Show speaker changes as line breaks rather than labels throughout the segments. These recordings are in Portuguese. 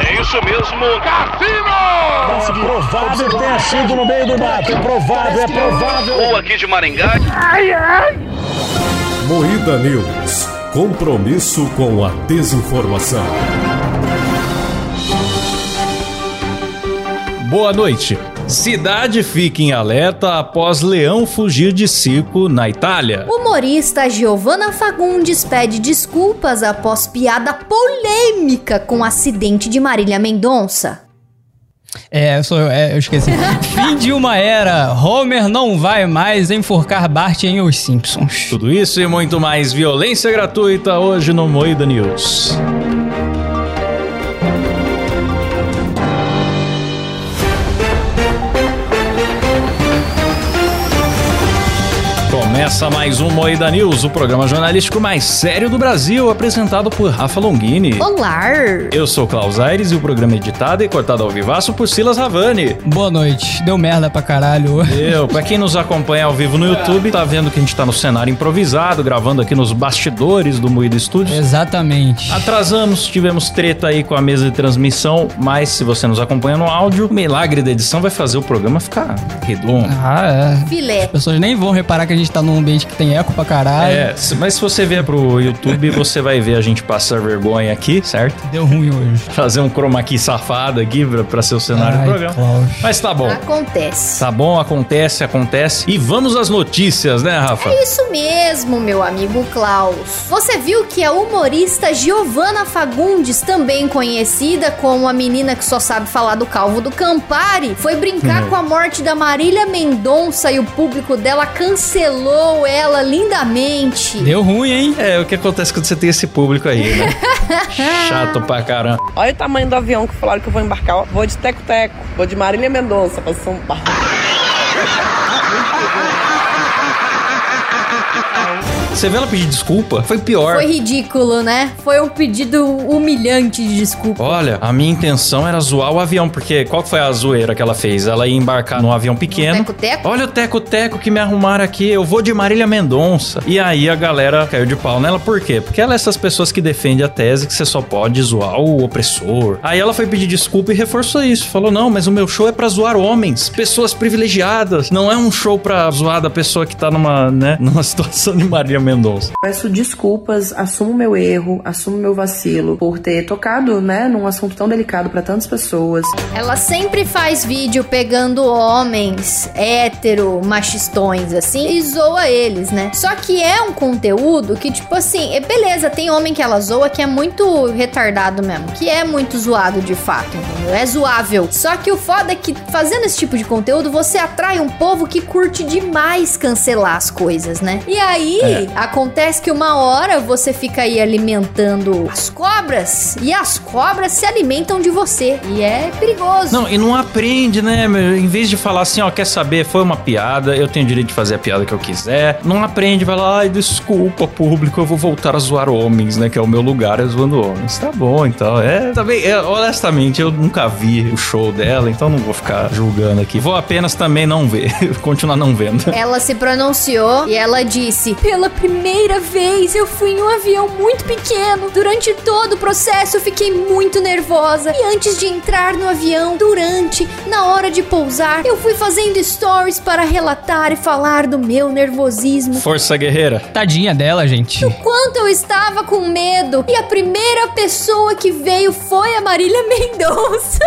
É isso mesmo, Cassino!
É provável que tenha sido no meio do mato. É provável, é provável.
Ou aqui de Maringá.
Moída News. Compromisso com a desinformação.
Boa noite. Cidade fica em alerta após leão fugir de circo na Itália.
Humorista Giovanna Fagundes pede desculpas após piada polêmica com acidente de Marília Mendonça.
É, sou eu, é, eu esqueci. Fim de uma era. Homer não vai mais enforcar Bart em Os Simpsons.
Tudo isso e muito mais violência gratuita hoje no Moída News. Começa mais um Moída News, o programa jornalístico mais sério do Brasil, apresentado por Rafa Longini.
Olá!
Eu sou Klaus Aires e o programa é editado e cortado ao vivaço por Silas Ravani.
Boa noite. Deu merda pra caralho.
Eu, pra quem nos acompanha ao vivo no YouTube, tá vendo que a gente tá no cenário improvisado, gravando aqui nos bastidores do Moída Studios.
Exatamente.
Atrasamos, tivemos treta aí com a mesa de transmissão, mas se você nos acompanha no áudio, o milagre da edição vai fazer o programa ficar redondo.
Ah, é.
Filé.
As pessoas nem vão reparar que a gente tá num ambiente que tem eco pra caralho.
É, se- mas se você vier pro YouTube, você vai ver a gente passar vergonha aqui, certo?
Deu ruim hoje.
Fazer um chroma key safado aqui pra, pra ser o cenário
Ai,
do programa.
Klaus.
Mas tá bom.
Acontece.
Tá bom, acontece, acontece. E vamos às notícias, né, Rafa?
Isso mesmo, meu amigo Klaus. Você viu que a humorista Giovanna Fagundes, também conhecida como a menina que só sabe falar do calvo do Campari, foi brincar
Hum.
com a morte da Marília Mendonça e o público dela cancelou ela lindamente.
Deu ruim, hein?
É, o que acontece quando você tem esse público aí, né? Chato pra caramba.
Olha o tamanho do avião que falaram que eu vou embarcar. ó. Vou de teco-teco, vou de Marília Mendonça pra São Paulo.
Você vê ela pedir desculpa? Foi pior.
Foi ridículo, né? Foi um pedido humilhante de desculpa.
Olha, a minha intenção era zoar o avião, porque qual que foi a zoeira que ela fez? Ela ia embarcar num avião pequeno.
Teco-teco?
Olha o teco-teco que me arrumaram aqui, eu vou de Marília Mendonça. E aí a galera caiu de pau nela, por quê? Porque ela é essas pessoas que defende a tese que você só pode zoar o opressor. Aí ela foi pedir desculpa e reforçou isso. Falou: não, mas o meu show é pra zoar homens, pessoas privilegiadas. Não é um show pra zoar da pessoa que tá numa, né, numa situação de Marília Mendonça.
Peço desculpas, assumo meu erro, assumo meu vacilo por ter tocado, né, num assunto tão delicado pra tantas pessoas.
Ela sempre faz vídeo pegando homens hétero, machistões, assim, e zoa eles, né? Só que é um conteúdo que, tipo assim, é beleza, tem homem que ela zoa que é muito retardado mesmo, que é muito zoado de fato, entendeu? É zoável. Só que o foda é que fazendo esse tipo de conteúdo, você atrai um povo que curte demais cancelar as coisas, né? E aí, acontece que uma hora você fica aí alimentando as cobras, e as cobras se alimentam de você. E é perigoso.
Não, e não aprende, né? meu? Em vez de falar assim, ó, quer saber, foi uma piada, eu tenho o direito de fazer a piada que eu quiser. Não aprende, vai lá, ai, desculpa, público, eu vou voltar a zoar homens, né? Que é o meu lugar, é zoando homens. Tá bom, então. É, também, é, honestamente, eu nunca vi o show dela, então não vou ficar julgando aqui. Vou apenas também não ver, continuar não vendo.
Ela se pronunciou e ela disse: Pela primeira vez eu fui em um avião muito pequeno. Durante todo o processo eu fiquei muito nervosa. E antes de entrar no avião, durante, na hora de pousar, eu fui fazendo stories para relatar e falar do meu nervosismo.
Força guerreira.
Tadinha dela, gente.
O quanto eu estava com medo. E a primeira pessoa que veio foi a Marília Mendonça.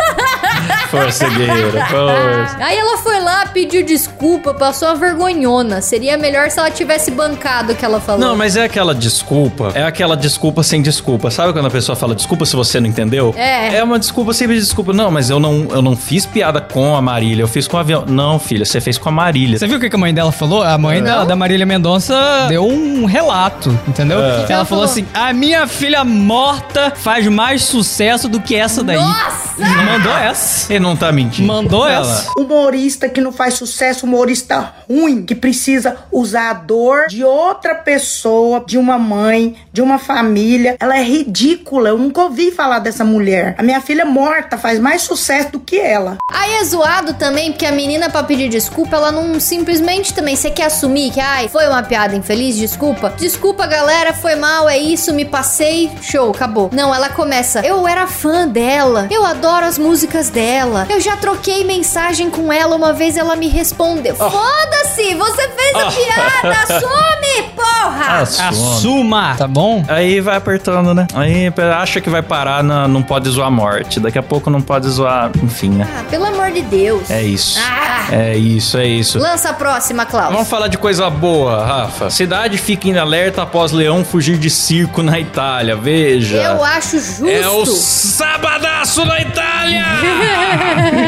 Força guerreira. Força.
Aí ela foi lá, pediu desculpa, passou a vergonhona. Seria melhor se ela tivesse bancado o que ela falou.
Não, mas é aquela desculpa. É aquela desculpa sem desculpa. Sabe quando a pessoa fala desculpa se você não entendeu?
É.
É uma desculpa sempre desculpa. Não, mas eu não, eu não fiz piada com a Marília, eu fiz com o avião. Não, filha, você fez com a Marília.
Você viu o que que a mãe dela falou? A
É.
mãe dela, da Marília Mendonça, deu um relato, entendeu?
É.
Ela falou assim: a minha filha morta faz mais sucesso do que essa daí.
Nossa!
Mandou essa.
Ele não tá mentindo.
Mandou
Ela-
essa.
Humorista que não faz sucesso, humorista ruim, que precisa usar a dor de outra pessoa, de uma mãe, de uma família. Ela é ridícula, eu nunca ouvi falar dessa mulher. A minha filha é morta faz mais sucesso do que ela.
Aí é zoado também, porque a menina, pra pedir desculpa, ela não simplesmente também. Você quer assumir que, ai, foi uma piada infeliz? Desculpa. Desculpa, galera, foi mal, é isso, me passei. Show, acabou. Não, ela começa. Eu era fã dela. Eu adoro as músicas dela. Eu já troquei mensagem com ela uma vez, ela me respondeu.
Ah.
Foda-se, você fez a piada, assume, porra!
Assume.
Assuma, tá bom?
Ah, Aí vai apertando, né? Aí acha que vai parar, na, não pode zoar a morte. Daqui a pouco não pode zoar, enfim, né?
Ah, pelo amor de Deus.
É isso.
Ah.
É isso, é isso.
Lança a próxima,
Vamos
Klaus.
falar de coisa boa, Rafa. Cidade fica em alerta após leão fugir de circo na Itália. Veja.
Eu acho justo.
É o sabadaço na Itália!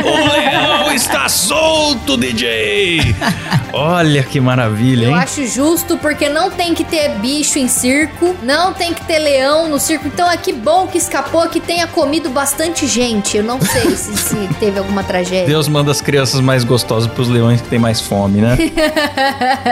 o leão está solto, DJ! Olha que maravilha,
Eu
hein?
acho justo porque não tem que ter bicho em circo, não tem que ter leão no circo. Então é que bom que escapou, que tenha comido bastante gente. Eu não sei se, se teve alguma tragédia.
Deus manda as crianças mais gostosas pros leões que têm mais fome, né?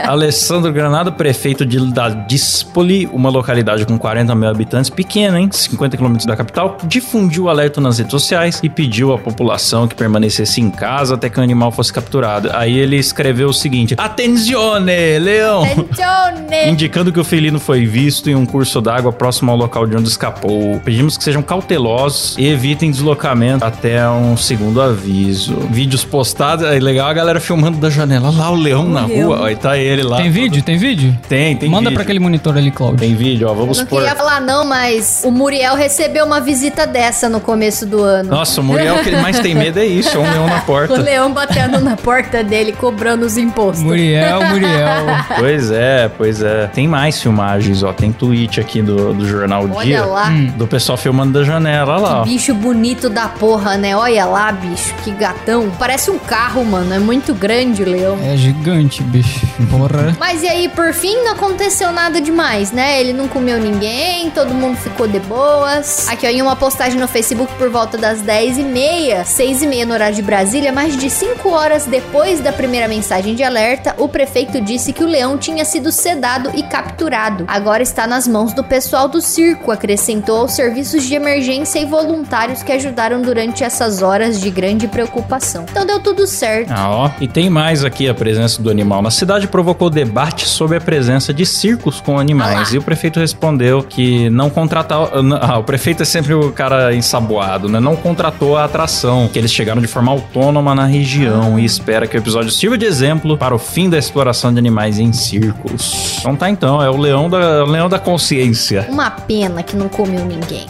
Alessandro Granado, prefeito de, da Dispoli, uma localidade com 40 mil habitantes, pequena, hein? 50 quilômetros da capital, difundiu o alerta nas redes sociais e pediu à população que permanecesse em casa até que o animal fosse capturado. Aí ele escreveu o seguinte: Attenzione, leão!
Attenzione!
Indicando que o felino foi visto em um curso d'água próximo ao local de onde escapou. Pedimos que sejam cautelosos e evitem deslocamento até um segundo aviso. Vídeos postados, é legal a galera filmando da janela. Olha lá o leão na rua, ó, e tá ele lá.
Tem vídeo? Tem vídeo?
Tem, tem
Manda
vídeo.
pra aquele monitor ali, Claudio.
Tem vídeo, ó, vamos
Não
pôr.
queria falar não, mas o Muriel recebeu uma visita dessa no começo do ano.
Nossa, o Muriel, o que ele mais tem medo é isso, é um leão na
O
porta.
leão batendo na porta dele, cobrando os impostos.
Muriel, Muriel.
Pois é, pois é. Tem mais filmagens, ó, tem tweet aqui do, do Jornal
Olha
Dia,
lá.
do pessoal filmando da janela, olha lá, Hum. ó.
Bicho bonito da porra, né? Olha lá, bicho, que gatão. Parece um carro, mano. É muito grande o leão.
É gigante, bicho. Porra.
Mas e aí, por fim, não aconteceu nada demais, né? Ele não comeu ninguém, todo mundo ficou de boas. Aqui, ó, em uma postagem no Facebook por volta das 10h30, 6h30 no horário de Brasília, mais de 5 horas depois da primeira mensagem de alerta, o prefeito disse que o leão tinha sido sedado e capturado. Agora está nas mãos do pessoal do circo, acrescentou aos serviços de emergência e voluntários que ajudaram durante essas horas de grande preocupação. Então deu tudo certo.
Ah, ó. E tem mais aqui, a presença do animal na cidade provocou debate sobre a presença de circos com animais. e o prefeito respondeu que não contratar... Ah, o prefeito é sempre o cara ensaboado, né? Não contratou a atração, que eles chegaram de forma autônoma na região e espera que o episódio sirva de exemplo para o fim da exploração de animais em circos. Então tá então, é o leão da, o leão da consciência.
Uma pena que não comeu ninguém.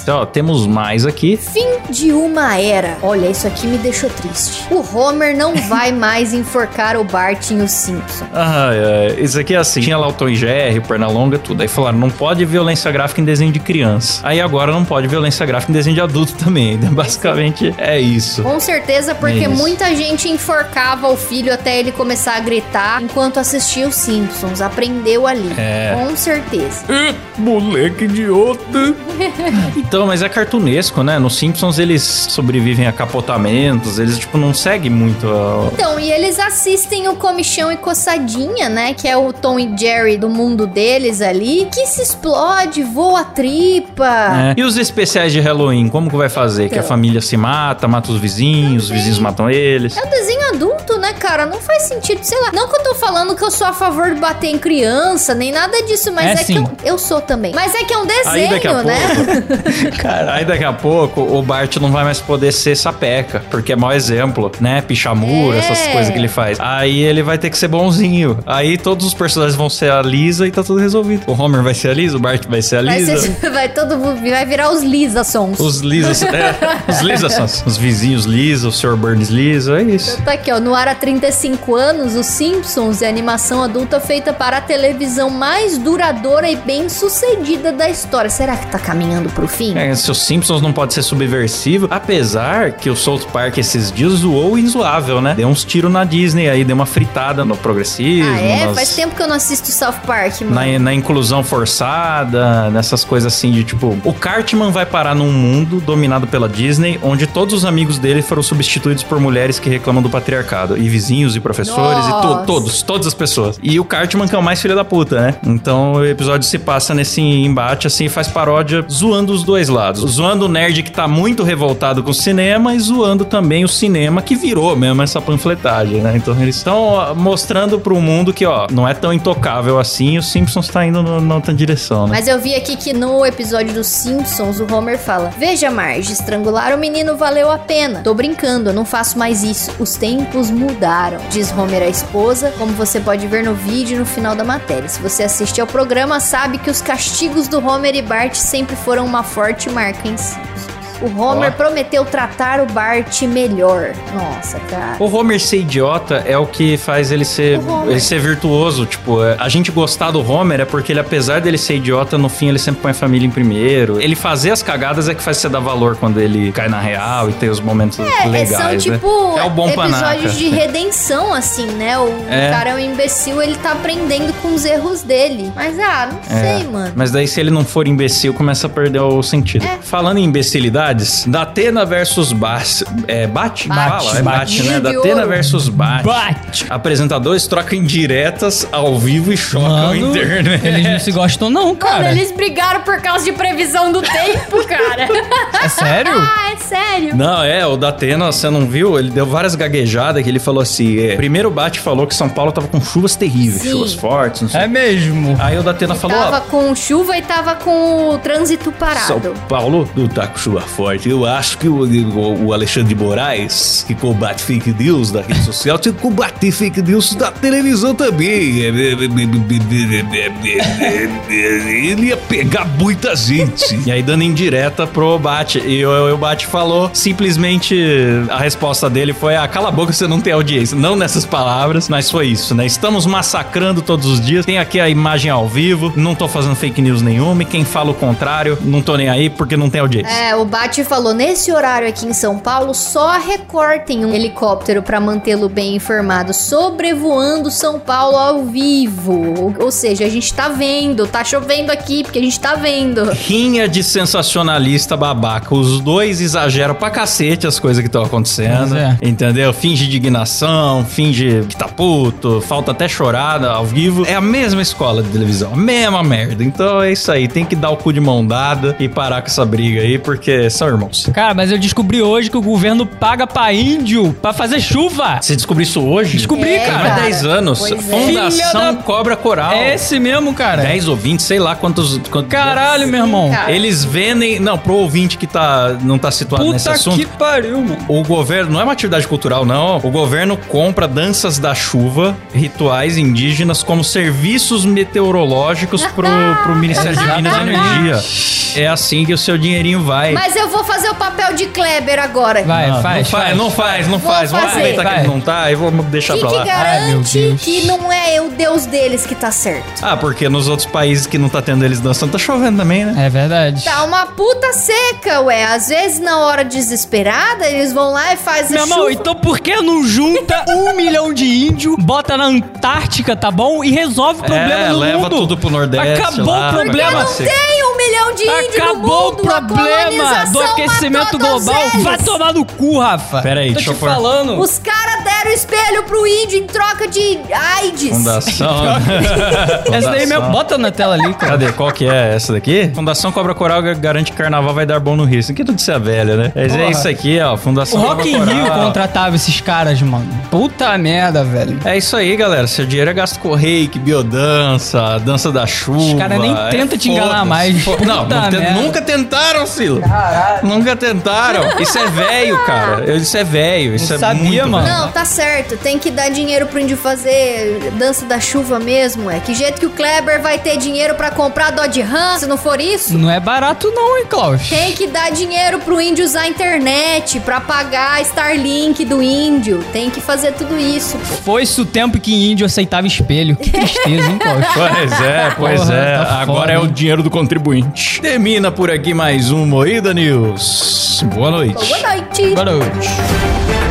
Então, ó, temos mais aqui.
Fim de uma era. Olha, isso aqui me deixou triste. O Homer não vai mais enforcar o Bart em Os Simpson.
Ah, é. Isso aqui é assim. Tinha lá o Tom GR, Pernalonga, tudo. Aí falaram, não pode violência gráfica em desenho de criança. Aí agora não pode violência gráfica em desenho de adulto também. Então, Basicamente é isso.
Com certeza, porque
Isso.
muita gente enforcava o filho até ele começar a gritar enquanto assistia Os Simpsons. Aprendeu ali.
É.
Com certeza.
Moleque idiota. então, mas é cartunesco, né? Nos Simpsons eles sobrevivem a capotamentos, eles, tipo, não seguem muito a...
Então, e eles assistem o Comichão e Coçadinha, né? Que é o Tom e Jerry do mundo deles ali. Que se explode, voa a tripa.
É. E os especiais de Halloween, como que vai fazer? Que a
Então.
família se mata, mata os vizinhos, os vizinhos matam eles.
É um desenho adulto, né, cara? Não faz sentido, sei lá. Não que eu tô falando que eu sou a favor de bater em criança, nem nada disso, mas
É,
é, que
sim.
eu, eu sou também. Mas é que é um
Aí daqui a
desenho, né?
pouco. Cara, aí daqui a pouco o Bart não vai mais poder ser sapeca, porque é mau exemplo, né? Pichamura,
É.
essas coisas que ele faz. Aí ele vai ter que ser bonzinho. Aí todos os personagens vão ser a Lisa e tá tudo resolvido. O Homer vai ser a Lisa, o Bart vai ser a
Vai,
Lisa.
ser- vai todo mundo vai virar os Lisasons.
Os Lisas. é, os Lisas são os vizinhos Lisa, o Sr. Burns Lisa, é isso.
Tá aqui, ó. No ar há 35 anos, os Simpsons é a animação adulta feita para a televisão mais duradoura e bem sucedida da história. Será que tá caminhando pro fim?
É, se os Simpsons não pode ser subversivo, apesar que o South Park esses dias zoou o inzoável, né? Deu uns tiros na Disney aí, deu uma fritada no progressismo.
ah, é?
nas-
Faz tempo que eu não assisto South Park, mano.
na, na inclusão forçada, nessas coisas assim de tipo, o Cartman vai parar num mundo dominado pela Disney, onde todos os amigos dele foram substituídos por mulheres que reclamam do patriarcado e vizinhos e professores e to-
Nossa.
todos, todas as pessoas. E o Cartman que é o mais filho da puta, né? Então o episódio se passa nesse embate assim e faz paródia zoando os dois lados. Zoando o nerd que tá muito revoltado com o cinema e zoando também o cinema que virou mesmo essa panfletagem, né? Então eles estão ó, mostrando pro mundo que, ó, não é tão intocável assim e o Simpsons tá indo no- na outra direção, né?
Mas eu vi aqui que no episódio dos Simpsons, o Homer fala: Veja, Marge, estrangular o menino valeu a pena. Tô brincando, eu não faço mais isso. Os tempos mudaram, diz Homer à esposa, como você pode ver no vídeo no final da matéria. Se você assiste ao programa, sabe que os castigos do Homer e Bart sempre foram uma forte marca em Simpsons. O Homer
Ó.
prometeu tratar o Bart melhor. Nossa, cara.
O Homer ser idiota é o que faz ele ser,
O Homer.
ele ser virtuoso. Tipo, é, a gente gostar do Homer é porque ele, apesar dele ser idiota, no fim ele sempre põe a família em primeiro. Ele fazer as cagadas é que faz você dar valor quando ele cai na real e tem os momentos
É,
legais,
são
né?
tipo
é o bom panaca.
episódios de redenção, assim, né? O
É.
cara é um imbecil, ele tá aprendendo com os erros dele. Mas ah, não
É.
sei, mano. É.
Mas daí, se ele não for imbecil, começa a perder o sentido. Falando em imbecilidades, Datena versus Bas, é, Bate?
Bate.
Fala, é Bate,
Bate.
né?
Milho de
Datena
ouro.
versus Bate.
Bate!
Apresentadores trocam indiretas ao vivo e chocam a
Mano,
internet.
eles não se gostam não,
Mano,
cara.
eles brigaram por causa de previsão do tempo, cara.
É sério?
ah, é sério.
Não, é, o Datena, você não viu? Ele deu várias gaguejadas que ele falou assim: é, primeiro o Bate falou que São Paulo tava com chuvas terríveis,
Sim.
chuvas fortes, não sei.
É mesmo.
Aí o Datena falou: ó,
Tava com chuva e tava com o trânsito
São
parado.
Paulo não tá com chuva forte. Eu acho que o, o- o Alexandre de Moraes, que combate fake news da rede social, tinha que combater fake news da televisão também. Ele ia pegar muita gente. E aí dando indireta pro Bate. E o, o Bate falou, simplesmente a resposta dele foi: ah, cala a boca, você não tem audiência. Não nessas palavras, mas foi isso, né? Estamos massacrando todos os dias. Tem aqui a imagem ao vivo. Não tô fazendo fake news nenhuma. E quem fala o contrário, não tô nem aí porque não tem audiência.
É, o Bate falou, nesse horário aqui em São Paulo, só a Record tem um helicóptero pra mantê-lo bem informado, sobrevoando São Paulo ao vivo. Ou, ou seja, a gente tá vendo, tá chovendo aqui, porque a gente tá vendo.
Rinha de sensacionalista babaca. Os dois exageram pra cacete as coisas que estão acontecendo.
Pois é.
Entendeu? Finge indignação, finge que tá puto, falta até chorada ao vivo. É a mesma escola de televisão, a mesma merda. Então é isso aí, tem que dar o cu de mão dada e parar com essa briga aí, porque são irmãos.
Cara, mas eu descobri hoje que o governo paga pra índio pra fazer chuva.
Você descobriu isso hoje?
Descobri,
É,
Tem
cara.
mais
cara.
10 anos.
Pois é.
Fundação
Filha da-
Cobra Coral.
É esse mesmo, cara.
10 ou 20, sei lá quantos. quantos
Caralho, meu irmão.
cara.
Eles vendem. Não, pro ouvinte que tá, não tá situado nesse
Puta
assunto.
que pariu, mano.
O governo não é uma atividade cultural, não. O governo compra danças da chuva, rituais indígenas, como serviços meteorológicos pro, pro Ministério de Minas e Energia. É assim que o seu dinheirinho vai.
Mas eu vou fazer o papel de Kleber agora.
Vai,
Ah,
faz,
não faz,
faz.
não faz, não
Vou
faz. Vamos
fazer.
aproveitar que
Vai.
ele não tá e vamos deixar
Quem
pra
que
lá.
Ai, meu
garante
Deus.
que não é o Deus deles que tá certo?
Ah, porque nos outros países que não tá tendo eles dançando, tá chovendo também, né?
É verdade.
Tá uma puta seca, ué. Às vezes, na hora desesperada, eles vão lá e fazem
Meu irmão,
chuva.
então por que não junta um milhão de índio, bota na Antártica, tá bom? E resolve o problema
é,
do
leva
mundo.
tudo pro Nordeste.
Acabou
lá,
o problema.
vai ser-
Tem um milhão de índios no
Tá, Acabou o
mundo, a
problema do
colonização
aquecimento
matou todos
global.
eles.
Vai tomar no cu, Rafa.
Pera aí,
Tô
deixa
te
eu pôr-
falando.
Os caras deram espelho pro índio em troca de AIDS.
Fundação.
Essa daí é mesmo.
Fundação.
Bota na tela ali, cara.
Cadê? Qual que é essa daqui? Fundação Cobra Coral gar- garante que carnaval vai dar bom no Rio. Isso aqui é tudo isso é velha, né? Mas é
Porra.
isso aqui, ó.
O
Fundação
Rock in
Cobra Coral.
Rio contratava esses caras, mano. Puta merda, velho.
É isso aí, galera. Seu dinheiro é gasto com reiki, biodança, dança da chuva.
Os cara nem
É,
tenta te enganar
foda-se.
mais.
Fo- Não,
Puta
não te-
merda.
nunca tentaram, Silo. Nunca tentaram. Isso é velho, cara. Eu- Isso é velho. Isso
Não
é
sabia,
muito
mano.
velho.
Não, tá certo. Tem que dar dinheiro pro índio fazer dança da chuva mesmo, é. Que jeito que o Kleber vai ter dinheiro pra comprar Dodge Ram se não for isso?
Não é barato não, hein, Klaus?
Tem que dar dinheiro pro índio usar a internet, pra pagar a Starlink do índio. Tem que fazer tudo isso.
Foi-se o tempo que índio aceitava espelho. Que tristeza, hein, Klaus?
Pois é, pois
Porra,
é.
tá foda,
Agora é o
hein?
dinheiro do contribuinte. Termina por aqui mais um Moída News. Boa noite.
Boa noite.
Boa noite.